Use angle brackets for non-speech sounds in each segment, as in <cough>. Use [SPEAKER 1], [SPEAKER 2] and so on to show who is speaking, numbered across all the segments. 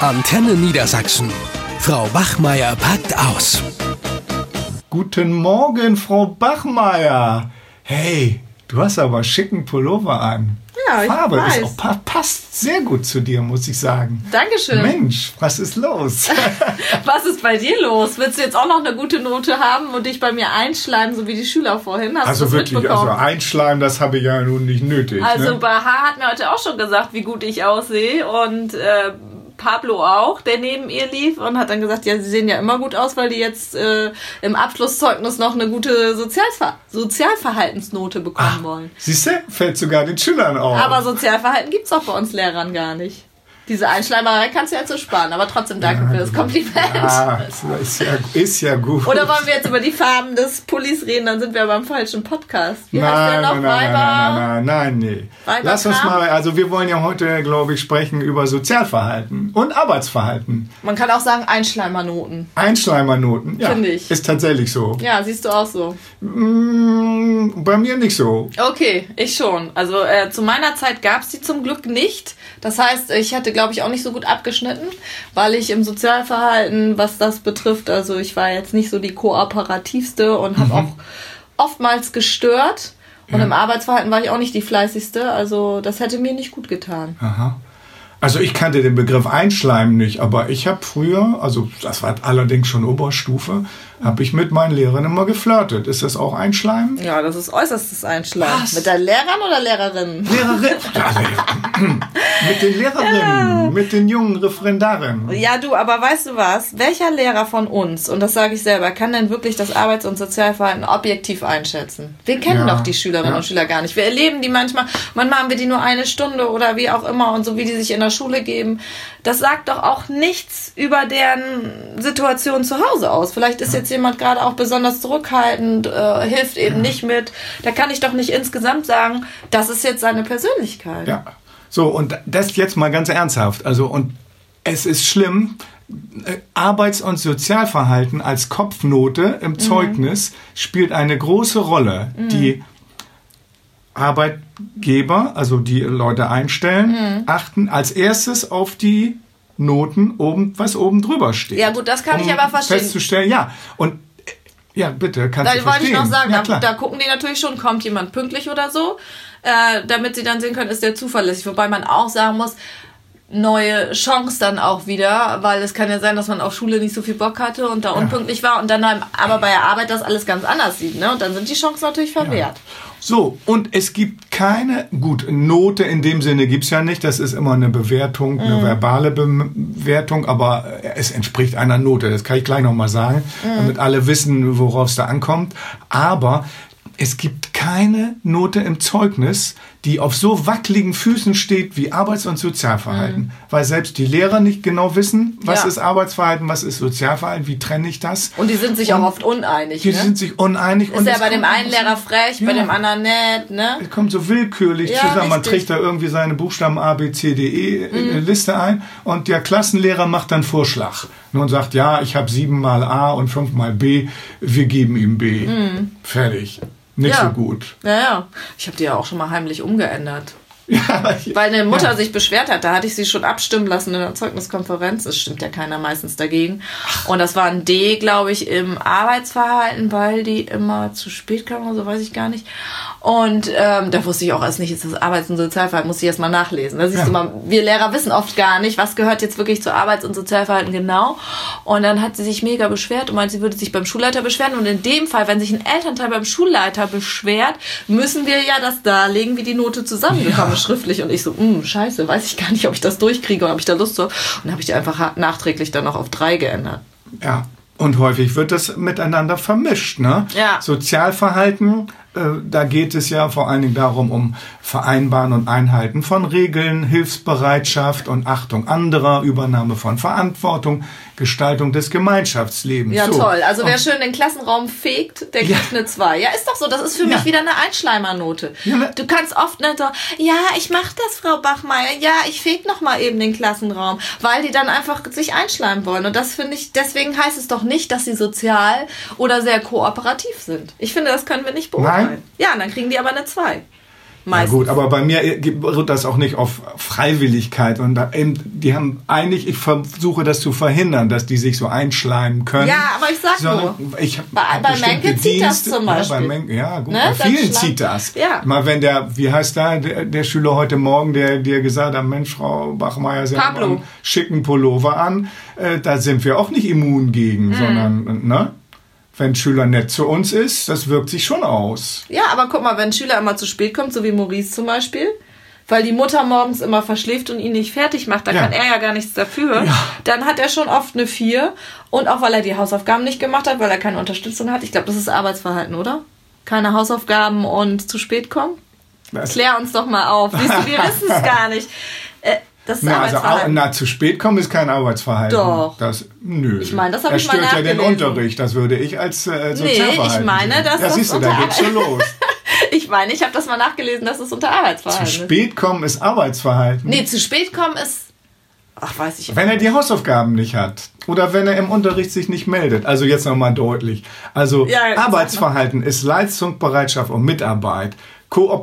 [SPEAKER 1] Antenne Niedersachsen. Frau Bachmeier packt aus.
[SPEAKER 2] Guten Morgen, Frau Bachmeier. Hey, du hast aber schicken Pullover an.
[SPEAKER 3] Ja, ich
[SPEAKER 2] Farbe
[SPEAKER 3] weiß.
[SPEAKER 2] Ist auch, pa- passt sehr gut zu dir, muss ich sagen.
[SPEAKER 3] Dankeschön.
[SPEAKER 2] Mensch, was ist
[SPEAKER 3] <laughs>
[SPEAKER 2] los? <laughs>
[SPEAKER 3] Was ist bei dir los? Willst du jetzt auch noch eine gute Note haben und dich bei mir einschleimen, so wie die Schüler vorhin? Hast du
[SPEAKER 2] also
[SPEAKER 3] das
[SPEAKER 2] wirklich, also
[SPEAKER 3] mitbekommen?
[SPEAKER 2] einschleimen, das habe ich ja nun nicht nötig.
[SPEAKER 3] Also
[SPEAKER 2] ne?
[SPEAKER 3] Baha hat mir heute auch schon gesagt, wie gut ich aussehe und äh, Pablo auch, der neben ihr lief und hat dann gesagt, ja, sie sehen ja immer gut aus, weil die jetzt äh, im Abschlusszeugnis noch eine gute Sozialver Sozialverhaltensnote bekommen wollen.
[SPEAKER 2] Siehst du, fällt sogar den Schülern auf.
[SPEAKER 3] Aber Sozialverhalten gibt's auch bei uns Lehrern gar nicht. Diese Einschleimerei kannst du jetzt so sparen, aber trotzdem danke für das Kompliment.
[SPEAKER 2] Ah, ist ist ja, ist ja gut.
[SPEAKER 3] Oder wollen wir jetzt über die Farben des Pullis reden? Dann sind wir beim falschen Podcast. Wie heißt der
[SPEAKER 2] Nein,
[SPEAKER 3] noch?
[SPEAKER 2] nein, nein,
[SPEAKER 3] Weiber?
[SPEAKER 2] nein, nein, nein, nein, nee.
[SPEAKER 3] Weiber
[SPEAKER 2] Lass uns
[SPEAKER 3] Kram?
[SPEAKER 2] mal, also wir wollen ja heute, glaube ich, sprechen über Sozialverhalten und Arbeitsverhalten.
[SPEAKER 3] Man kann auch sagen Einschleimernoten.
[SPEAKER 2] Einschleimernoten, ja,
[SPEAKER 3] Finde ich.
[SPEAKER 2] ist tatsächlich so.
[SPEAKER 3] Ja, siehst du auch so.
[SPEAKER 2] Mm, bei mir nicht so.
[SPEAKER 3] Okay, ich schon. Also äh, zu meiner Zeit gab's die zum Glück nicht. Das heißt, ich hatte, glaube ich, auch nicht so gut abgeschnitten, weil ich im Sozialverhalten, was das betrifft, also ich war jetzt nicht so die kooperativste und
[SPEAKER 2] Mhm.
[SPEAKER 3] habe auch oftmals gestört. Und im Arbeitsverhalten war ich auch nicht die fleißigste. Also das hätte mir nicht gut getan.
[SPEAKER 2] Aha. Also ich kannte den Begriff Einschleim nicht, aber ich habe früher, also das war allerdings schon Oberstufe, habe ich mit meinen Lehrern immer geflirtet. Ist das auch Einschleimen?
[SPEAKER 3] Ja, das ist äußerstes Einschlagen.
[SPEAKER 2] Was?
[SPEAKER 3] Mit deinen Lehrern oder Lehrerinnen?
[SPEAKER 2] Lehrerin. Also, <clears throat> mit den Lehrerinnen, mit den jungen Referendarinnen.
[SPEAKER 3] Ja, du, aber weißt du was? Welcher Lehrer von uns, und das sage ich selber, kann denn wirklich das Arbeits- und Sozialverhalten objektiv einschätzen? Wir kennen
[SPEAKER 2] Ja,
[SPEAKER 3] doch die Schülerinnen
[SPEAKER 2] ja.
[SPEAKER 3] und Schüler gar nicht. Wir erleben die manchmal, manchmal haben wir die nur eine Stunde oder wie auch immer und so wie die sich in der Schule geben. Das sagt doch auch nichts über deren Situation zu Hause aus. Vielleicht ist jetzt jemand gerade auch besonders zurückhaltend, äh, hilft eben nicht mit. Da kann ich doch nicht insgesamt sagen, das ist jetzt seine Persönlichkeit.
[SPEAKER 2] Ja. So, und das jetzt mal ganz ernsthaft. Also, und es ist schlimm, äh, Arbeits- und Sozialverhalten als Kopfnote
[SPEAKER 3] Mhm.
[SPEAKER 2] im Zeugnis spielt eine große Rolle, die Arbeitgeber, also die Leute
[SPEAKER 3] Mhm.
[SPEAKER 2] einstellen, achten als erstes auf die Noten, oben, was oben drüber steht.
[SPEAKER 3] Ja, gut, das kann ich
[SPEAKER 2] um
[SPEAKER 3] aber verstehen.
[SPEAKER 2] Festzustellen, ja. Und äh, ja, bitte, kannst du
[SPEAKER 3] Da Äh, wollte ich
[SPEAKER 2] verstehen.
[SPEAKER 3] noch sagen,
[SPEAKER 2] ja,
[SPEAKER 3] da,
[SPEAKER 2] klar.
[SPEAKER 3] da gucken die natürlich schon, kommt jemand pünktlich oder so, äh, damit sie dann sehen können, ist der zuverlässig. Wobei man auch sagen muss, neue Chance dann auch wieder, weil es kann ja sein, dass man auf Schule nicht so viel Bock hatte und da unpünktlich war und dann am- aber bei der Arbeit das alles ganz anders sieht. Ne? Und dann sind die Chancen natürlich verwehrt.
[SPEAKER 2] So, und es gibt keine, gut, Note in dem Sinne gibt's ja nicht, das ist immer eine Bewertung,
[SPEAKER 3] Mhm.
[SPEAKER 2] eine verbale Bewertung, aber äh, es entspricht einer Note, das kann ich gleich nochmal sagen,
[SPEAKER 3] Mhm.
[SPEAKER 2] damit alle wissen, worauf es da ankommt. Aber es gibt keine Note im Zeugnis, die auf so wackeligen Füßen steht wie Arbeits- und Sozialverhalten, weil selbst die Lehrer nicht genau wissen, was
[SPEAKER 3] Mhm. Ja.
[SPEAKER 2] ist Arbeitsverhalten, was ist Sozialverhalten, wie trenne ich das.
[SPEAKER 3] Und die sind sich auch oft uneinig.
[SPEAKER 2] Die
[SPEAKER 3] Ne?
[SPEAKER 2] sind sich uneinig.
[SPEAKER 3] ist ja
[SPEAKER 2] es
[SPEAKER 3] bei dem
[SPEAKER 2] kommt-
[SPEAKER 3] einen Lehrer frech, bei
[SPEAKER 2] Ja.
[SPEAKER 3] dem anderen nett, ne?
[SPEAKER 2] es kommt so willkürlich
[SPEAKER 3] Ja,
[SPEAKER 2] zusammen. Man
[SPEAKER 3] richtig. Mhm.
[SPEAKER 2] trägt da irgendwie seine Buchstaben A, B, C, D, E äh, Liste ein und der Klassenlehrer macht dann Vorschlag und sagt, ja, ich habe siebenmal A und fünfmal B, wir geben ihm B. Fertig. Nicht
[SPEAKER 3] Mhm. Ja.
[SPEAKER 2] so gut. <laughs>
[SPEAKER 3] Naja, ich habe die ja auch schon mal heimlich umgeändert.
[SPEAKER 2] Ja, aber ich-
[SPEAKER 3] Weil eine Mutter sich beschwert hat, da hatte ich sie schon abstimmen lassen in der Zeugniskonferenz. Es stimmt ja keiner meistens dagegen. Und das war ein D, glaube ich, im Arbeitsverhalten, weil die immer zu spät kam oder so, weiß ich gar nicht. Und ähm, da wusste ich auch erst nicht, ist das Arbeits- und Sozialverhalten, muss ich erst mal nachlesen. Da siehst du mal, wir Lehrer wissen oft gar nicht, was gehört jetzt wirklich zu Arbeits- und Sozialverhalten genau. Und dann hat sie sich mega beschwert und meint, sie würde sich beim Schulleiter beschweren. Und in dem Fall, wenn sich ein Elternteil beim Schulleiter beschwert, müssen wir ja das darlegen, wie die Note zusammengekommen ist, schriftlich. Und ich so, "Hm, scheiße, weiß ich gar nicht, ob ich das durchkriege und ob ich da Lust zu habe. Und dann habe ich die einfach ha- nachträglich dann auch auf drei geändert.
[SPEAKER 2] Ja. Und häufig wird das miteinander vermischt. Ne?
[SPEAKER 3] Ja.
[SPEAKER 2] Sozialverhalten, äh, da geht es ja vor allen Dingen darum, um Vereinbaren und Einhalten von Regeln, Hilfsbereitschaft und Achtung anderer, Übernahme von Verantwortung, Gestaltung des Gemeinschaftslebens.
[SPEAKER 3] Ja,
[SPEAKER 2] So. Oh.
[SPEAKER 3] toll. Also wer schön den Klassenraum fegt, der
[SPEAKER 2] Ja.
[SPEAKER 3] kriegt eine 2. Ja, ist doch so. Das ist für
[SPEAKER 2] Ja.
[SPEAKER 3] mich wieder eine Einschleimernote.
[SPEAKER 2] Ja, ne-
[SPEAKER 3] du kannst oft nicht so, ja, ich mach das, Frau Bachmeier. Ja, ich feg noch mal eben den Klassenraum. Weil die dann einfach sich einschleimen wollen. Und das finde ich, deswegen heißt es doch nicht, dass sie sozial oder sehr kooperativ sind. Ich finde, das können wir nicht beurteilen.
[SPEAKER 2] Nein.
[SPEAKER 3] Ja, und dann kriegen die aber eine 2. Meistens.
[SPEAKER 2] Ja gut, aber bei mir beruht das auch nicht auf Freiwilligkeit. Und da eben, die haben eigentlich, ich versuche das zu verhindern, dass die sich so einschleimen können.
[SPEAKER 3] Ja, aber ich sag
[SPEAKER 2] Sondern
[SPEAKER 3] nur,
[SPEAKER 2] ich hab,
[SPEAKER 3] bei-
[SPEAKER 2] hab
[SPEAKER 3] bei
[SPEAKER 2] bestimmte
[SPEAKER 3] Menke zieht das
[SPEAKER 2] Dienste-
[SPEAKER 3] zum
[SPEAKER 2] Ja, bei
[SPEAKER 3] Beispiel.
[SPEAKER 2] Menke, ja gut,
[SPEAKER 3] Ne,
[SPEAKER 2] bei
[SPEAKER 3] dann
[SPEAKER 2] vielen
[SPEAKER 3] schlag-
[SPEAKER 2] zieht das.
[SPEAKER 3] Ja.
[SPEAKER 2] Mal wenn der, wie heißt da, der, der Schüler heute Morgen, der dir gesagt hat, Mensch, Frau Bachmeier, Sie
[SPEAKER 3] Pablo.
[SPEAKER 2] haben einen schicken Pullover an, äh, da sind wir auch nicht immun
[SPEAKER 3] Mhm.
[SPEAKER 2] gegen, sondern, ne? Wenn ein Schüler nett zu uns ist, das wirkt sich schon aus.
[SPEAKER 3] Ja, aber guck mal, wenn ein Schüler immer zu spät kommt, so wie Maurice zum Beispiel, weil die Mutter morgens immer verschläft und ihn nicht fertig macht, da
[SPEAKER 2] Ja.
[SPEAKER 3] kann er ja gar nichts dafür, dann hat er schon oft eine 4. Und auch weil er die Hausaufgaben nicht gemacht hat, weil er keine Unterstützung hat. Ich glaube, das ist Arbeitsverhalten, oder? Keine Hausaufgaben und zu spät kommen?
[SPEAKER 2] Das-
[SPEAKER 3] Klär uns doch mal auf. Siehst
[SPEAKER 2] <laughs>
[SPEAKER 3] du, wir wissen es gar nicht. Äh, das ist
[SPEAKER 2] Na, also, au-
[SPEAKER 3] Arbeitsverhalten.
[SPEAKER 2] na, zu spät kommen ist kein Arbeitsverhalten.
[SPEAKER 3] Doch.
[SPEAKER 2] Das, nö. Ich
[SPEAKER 3] meine, das hab
[SPEAKER 2] Das
[SPEAKER 3] ich mal
[SPEAKER 2] stört ja den
[SPEAKER 3] nachgelesen.
[SPEAKER 2] Unterricht. Das würde ich als äh, Sozialverhalten
[SPEAKER 3] ich meine,
[SPEAKER 2] sehen.
[SPEAKER 3] dass
[SPEAKER 2] Ja,
[SPEAKER 3] das
[SPEAKER 2] siehst du, da
[SPEAKER 3] unter-
[SPEAKER 2] geht's schon los.
[SPEAKER 3] <laughs> ich meine, ich habe das mal nachgelesen, dass es unter
[SPEAKER 2] zu
[SPEAKER 3] Arbeitsverhalten ist.
[SPEAKER 2] spät kommen ist Arbeitsverhalten.
[SPEAKER 3] Nee, zu spät kommen ist. Ach, weiß ich.
[SPEAKER 2] Wenn er die Hausaufgaben nicht hat oder wenn er im Unterricht sich nicht meldet. Also jetzt nochmal deutlich. Also
[SPEAKER 3] Ja, jetzt sag mal.
[SPEAKER 2] Arbeitsverhalten ist Leistung, Bereitschaft und Mitarbeit,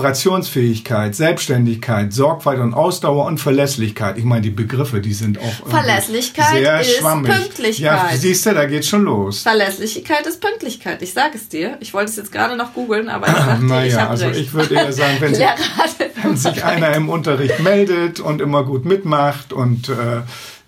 [SPEAKER 2] Kooperationsfähigkeit, Selbstständigkeit, Sorgfalt und Ausdauer und Verlässlichkeit. Ich meine, die Begriffe, die sind auch irgendwie
[SPEAKER 3] Verlässlichkeit
[SPEAKER 2] sehr
[SPEAKER 3] ist
[SPEAKER 2] schwammig. Ja,
[SPEAKER 3] Pünktlichkeit.
[SPEAKER 2] siehst du, da geht schon los.
[SPEAKER 3] Verlässlichkeit ist Pünktlichkeit. Ich sage es dir. Ich wollte es jetzt gerade noch googeln, aber
[SPEAKER 2] <clears throat>
[SPEAKER 3] ich sag dir, ich
[SPEAKER 2] Naja,
[SPEAKER 3] habe
[SPEAKER 2] also
[SPEAKER 3] recht.
[SPEAKER 2] ich würde eher sagen,
[SPEAKER 3] <laughs>
[SPEAKER 2] wenn sich,
[SPEAKER 3] Lehrer hatte-
[SPEAKER 2] wenn sich einer im Unterricht meldet und immer gut mitmacht und äh,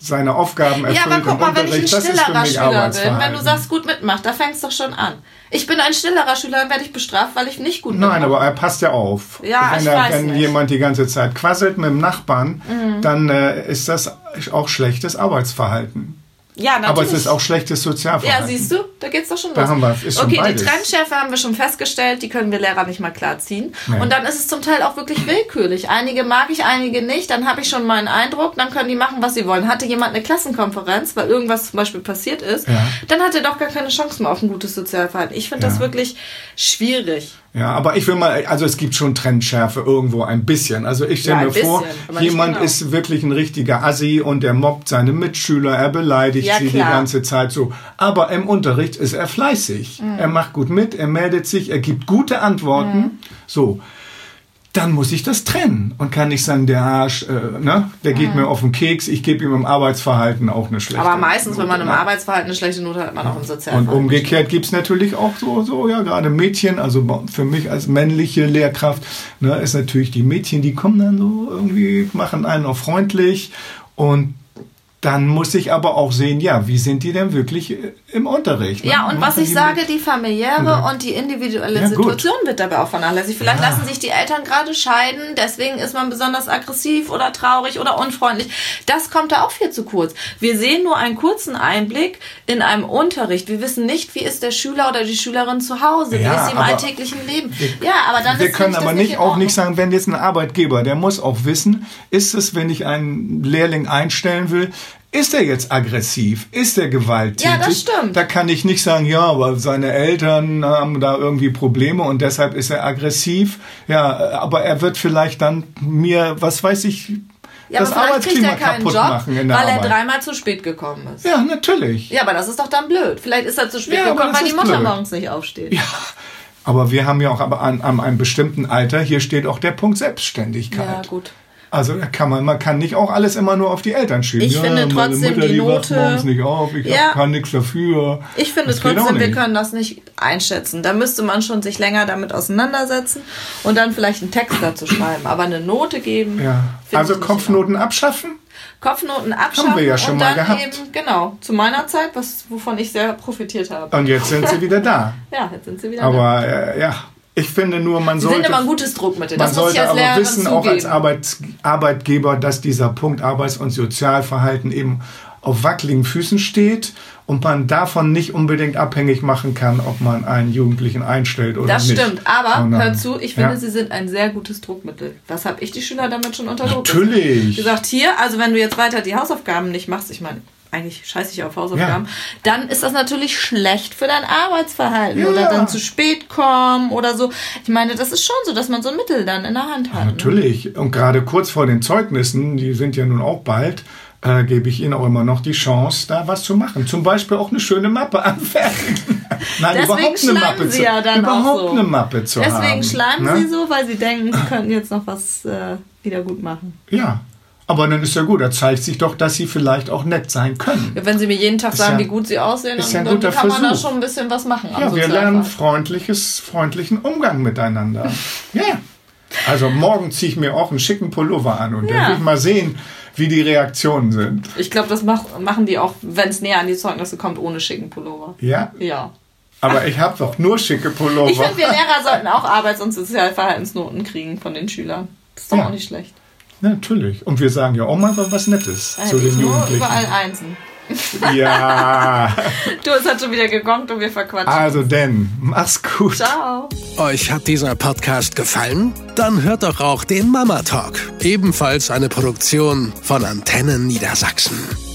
[SPEAKER 2] seine Aufgaben
[SPEAKER 3] ja,
[SPEAKER 2] erfüllt
[SPEAKER 3] aber guck
[SPEAKER 2] im
[SPEAKER 3] mal, wenn ich ein
[SPEAKER 2] Unterricht, das ist für
[SPEAKER 3] stillerer
[SPEAKER 2] mich
[SPEAKER 3] Schüler bin, wenn
[SPEAKER 2] Arbeitsverhalten.
[SPEAKER 3] du sagst, gut mitmacht, da fängst doch schon an. Ich bin ein stillerer Schüler, dann werde ich bestraft, weil ich nicht gut
[SPEAKER 2] Nein,
[SPEAKER 3] mitmache.
[SPEAKER 2] aber er passt ja auf.
[SPEAKER 3] Ja,
[SPEAKER 2] wenn
[SPEAKER 3] ich
[SPEAKER 2] er,
[SPEAKER 3] weiß
[SPEAKER 2] wenn
[SPEAKER 3] nicht. Mhm.
[SPEAKER 2] jemand die ganze Zeit quasselt mit dem Nachbarn, dann äh, ist das auch schlechtes Arbeitsverhalten.
[SPEAKER 3] Ja, natürlich.
[SPEAKER 2] Aber es ist auch schlechtes Sozialverhalten.
[SPEAKER 3] Ja, siehst du, da geht's doch schon
[SPEAKER 2] Da
[SPEAKER 3] los.
[SPEAKER 2] haben wir's, ist schon
[SPEAKER 3] okay,
[SPEAKER 2] beides.
[SPEAKER 3] die Trennschärfe haben wir schon festgestellt, die können wir Lehrer nicht mal klar ziehen.
[SPEAKER 2] Nee.
[SPEAKER 3] Und dann ist es zum Teil auch wirklich willkürlich. Einige mag ich, einige nicht. Dann habe ich schon meinen Eindruck, dann können die machen, was sie wollen. Hatte jemand eine Klassenkonferenz, weil irgendwas zum Beispiel passiert ist,
[SPEAKER 2] Ja.
[SPEAKER 3] dann hat er doch gar keine Chance mehr auf ein gutes Sozialverhalten. Ich finde das
[SPEAKER 2] Ja.
[SPEAKER 3] wirklich schwierig.
[SPEAKER 2] Ja, aber ich will mal, also es gibt schon Trendschärfe irgendwo ein bisschen. Also ich stelle
[SPEAKER 3] Ja, ein
[SPEAKER 2] mir vor,
[SPEAKER 3] bisschen, aber nicht
[SPEAKER 2] jemand
[SPEAKER 3] genau.
[SPEAKER 2] ist wirklich ein richtiger Assi und der mobbt seine Mitschüler, er beleidigt
[SPEAKER 3] Ja,
[SPEAKER 2] sie
[SPEAKER 3] klar.
[SPEAKER 2] die ganze Zeit so. Aber im Unterricht ist er fleißig.
[SPEAKER 3] Mhm.
[SPEAKER 2] Er macht gut mit, er meldet sich, er gibt gute Antworten. So. Dann muss ich das trennen und kann nicht sagen, der Arsch, äh, ne, der geht mir auf den Keks, ich gebe ihm im Arbeitsverhalten auch eine schlechte.
[SPEAKER 3] Mhm. Aber meistens, wenn man im
[SPEAKER 2] Note, ne?
[SPEAKER 3] Arbeitsverhalten eine schlechte Note hat, hat man auch im
[SPEAKER 2] Und
[SPEAKER 3] Sozialverhalten.
[SPEAKER 2] umgekehrt gibt's natürlich auch so, so, ja, gerade Mädchen, also für mich als männliche Lehrkraft, ne, ist natürlich die Mädchen, die kommen dann so irgendwie, machen einen auch freundlich und dann muss ich aber auch sehen, ja, wie sind die denn wirklich äh, im Unterricht? ne?
[SPEAKER 3] Ja, und was
[SPEAKER 2] Machen
[SPEAKER 3] ich
[SPEAKER 2] die
[SPEAKER 3] sage,
[SPEAKER 2] mit- Mhm.
[SPEAKER 3] die familiäre und die individuelle
[SPEAKER 2] Ja, gut.
[SPEAKER 3] Situation wird dabei auch vernachlässigt. Vielleicht
[SPEAKER 2] Ja.
[SPEAKER 3] lassen sich die Eltern gerade scheiden, deswegen ist man besonders aggressiv oder traurig oder unfreundlich. Das kommt da auch viel zu kurz. Wir sehen nur einen kurzen Einblick in einem Unterricht. Wir wissen nicht, wie ist der Schüler oder die Schülerin zu Hause, wie
[SPEAKER 2] Ja,
[SPEAKER 3] ist sie im
[SPEAKER 2] aber
[SPEAKER 3] alltäglichen Leben. ja, aber dann
[SPEAKER 2] Wir
[SPEAKER 3] ist
[SPEAKER 2] können
[SPEAKER 3] das
[SPEAKER 2] aber
[SPEAKER 3] in
[SPEAKER 2] nicht, auch
[SPEAKER 3] Ordnung.
[SPEAKER 2] nicht sagen, wenn jetzt ein Arbeitgeber, der muss auch wissen, ist es, wenn ich einen Lehrling einstellen will, ist er jetzt aggressiv? Ist er gewalttätig?
[SPEAKER 3] Ja, das stimmt.
[SPEAKER 2] Da kann ich nicht sagen, ja, aber seine Eltern haben da irgendwie Probleme und deshalb ist er aggressiv. Ja, aber er wird vielleicht dann mir, was weiß ich,
[SPEAKER 3] Ja,
[SPEAKER 2] das
[SPEAKER 3] aber vielleicht kriegt
[SPEAKER 2] Arbeitsklima
[SPEAKER 3] er keinen
[SPEAKER 2] kaputt
[SPEAKER 3] Job,
[SPEAKER 2] machen in der
[SPEAKER 3] weil er
[SPEAKER 2] Arbeit.
[SPEAKER 3] dreimal zu spät gekommen ist.
[SPEAKER 2] ja, natürlich.
[SPEAKER 3] Ja, aber das ist doch dann blöd. Vielleicht ist er zu spät
[SPEAKER 2] Ja, aber
[SPEAKER 3] gekommen,
[SPEAKER 2] das
[SPEAKER 3] weil die
[SPEAKER 2] ist
[SPEAKER 3] Mutter
[SPEAKER 2] blöd.
[SPEAKER 3] morgens nicht aufsteht.
[SPEAKER 2] Aber wir haben ja auch aber an, an einem bestimmten Alter, hier steht auch der Punkt Selbstständigkeit.
[SPEAKER 3] ja gut.
[SPEAKER 2] Also da kann man, man kann nicht auch alles immer nur auf die Eltern schieben.
[SPEAKER 3] Ich
[SPEAKER 2] ja,
[SPEAKER 3] finde
[SPEAKER 2] meine
[SPEAKER 3] trotzdem
[SPEAKER 2] Mutter,
[SPEAKER 3] die
[SPEAKER 2] wacht
[SPEAKER 3] Note-
[SPEAKER 2] morgens nicht auf, ich
[SPEAKER 3] Ja.
[SPEAKER 2] hab, kann nichts dafür.
[SPEAKER 3] Ich finde
[SPEAKER 2] Das geht auch
[SPEAKER 3] trotzdem, wir
[SPEAKER 2] nicht.
[SPEAKER 3] können das nicht einschätzen. Da müsste man schon sich länger damit auseinandersetzen und dann vielleicht einen Text dazu schreiben, aber eine Note geben.
[SPEAKER 2] Ja.
[SPEAKER 3] finde ich
[SPEAKER 2] Also
[SPEAKER 3] nicht
[SPEAKER 2] Kopfnoten abschaffen?
[SPEAKER 3] in Ordnung. Kopfnoten abschaffen
[SPEAKER 2] wir ja schon
[SPEAKER 3] und
[SPEAKER 2] mal
[SPEAKER 3] dann
[SPEAKER 2] gehabt.
[SPEAKER 3] eben genau zu meiner Zeit, was wovon ich sehr profitiert habe.
[SPEAKER 2] Und jetzt sind sie wieder da.
[SPEAKER 3] <laughs> Ja, jetzt sind sie wieder. da.
[SPEAKER 2] Aber äh, ja, ich finde nur, man
[SPEAKER 3] sie
[SPEAKER 2] sollte.
[SPEAKER 3] sind immer ein gutes Druckmittel.
[SPEAKER 2] man
[SPEAKER 3] Das muss ich
[SPEAKER 2] sollte
[SPEAKER 3] als
[SPEAKER 2] aber
[SPEAKER 3] Lehrerin
[SPEAKER 2] wissen, auch als
[SPEAKER 3] zugeben.
[SPEAKER 2] Arbeits Arbeitgeber, dass dieser Punkt Arbeits- und Sozialverhalten eben auf wackeligen Füßen steht und man davon nicht unbedingt abhängig machen kann, ob man einen Jugendlichen einstellt oder
[SPEAKER 3] das
[SPEAKER 2] nicht.
[SPEAKER 3] stimmt, aber
[SPEAKER 2] Sondern-
[SPEAKER 3] hör zu, ich finde,
[SPEAKER 2] ja.
[SPEAKER 3] sie sind ein sehr gutes Druckmittel. Was habe ich die Schüler damit schon unter Druck? gesetzt?
[SPEAKER 2] Natürlich.
[SPEAKER 3] gesagt, hier, also wenn du jetzt weiter die Hausaufgaben nicht machst, ich meine, eigentlich scheiße ich auf Hausaufgaben,
[SPEAKER 2] Ja.
[SPEAKER 3] dann ist das natürlich schlecht für dein Arbeitsverhalten
[SPEAKER 2] Ja.
[SPEAKER 3] oder dann zu spät kommen oder so. Ich meine, das ist schon so, dass man so ein Mittel dann in der Hand hat. ne?
[SPEAKER 2] Natürlich. Und gerade kurz vor den Zeugnissen, die sind ja nun auch bald, äh, gebe ich ihnen auch immer noch die Chance, da was zu machen. Zum Beispiel auch eine schöne Mappe <laughs> anfertigen. Nein,
[SPEAKER 3] Deswegen
[SPEAKER 2] überhaupt eine
[SPEAKER 3] schleimen
[SPEAKER 2] Mappe
[SPEAKER 3] sie
[SPEAKER 2] zu,
[SPEAKER 3] ja dann auch
[SPEAKER 2] überhaupt
[SPEAKER 3] so.
[SPEAKER 2] eine Mappe zu haben.
[SPEAKER 3] Deswegen schleimen
[SPEAKER 2] ne?
[SPEAKER 3] sie so, weil sie denken, sie könnten jetzt noch was äh, wieder gut machen.
[SPEAKER 2] Ja, aber dann ist ja gut. Da zeigt sich doch, dass sie vielleicht auch nett sein können.
[SPEAKER 3] Ja, wenn sie mir jeden Tag sagen,
[SPEAKER 2] ja-
[SPEAKER 3] wie gut sie aussehen,
[SPEAKER 2] ist
[SPEAKER 3] dann,
[SPEAKER 2] ja ein guter
[SPEAKER 3] dann kann man da
[SPEAKER 2] Versuch.
[SPEAKER 3] schon ein bisschen was machen. am
[SPEAKER 2] Ja, wir lernen
[SPEAKER 3] Sozialverein.
[SPEAKER 2] freundliches, freundlichen Umgang
[SPEAKER 3] <laughs>
[SPEAKER 2] miteinander. ja. Also morgen ziehe ich mir auch einen schicken Pullover an und dann
[SPEAKER 3] Ja.
[SPEAKER 2] will ich mal sehen, wie die Reaktionen sind.
[SPEAKER 3] Ich glaube, das mach, machen die auch, wenn es näher an die Zeugnisse kommt, ohne schicken Pullover.
[SPEAKER 2] Ja, Oh,
[SPEAKER 3] Ja.
[SPEAKER 2] aber ich habe doch nur schicke Pullover.
[SPEAKER 3] Ich finde, wir Lehrer sollten auch Arbeits- und Sozialverhaltensnoten kriegen von den Schülern. Das ist doch
[SPEAKER 2] Ja.
[SPEAKER 3] auch nicht schlecht.
[SPEAKER 2] <laughs> Natürlich. Und wir sagen ja auch mal was Nettes
[SPEAKER 3] Da
[SPEAKER 2] zu
[SPEAKER 3] hätte ich
[SPEAKER 2] den
[SPEAKER 3] nur
[SPEAKER 2] Jugendlichen.
[SPEAKER 3] überall Einsen.
[SPEAKER 2] Ja,
[SPEAKER 3] Du, es hat schon wieder gegongt und wir verquatschen.
[SPEAKER 2] also denn, mach's gut.
[SPEAKER 3] Ciao.
[SPEAKER 1] Euch hat dieser Podcast gefallen? Dann hört doch auch den Mama Talk, ebenfalls eine Produktion von Antennen Niedersachsen.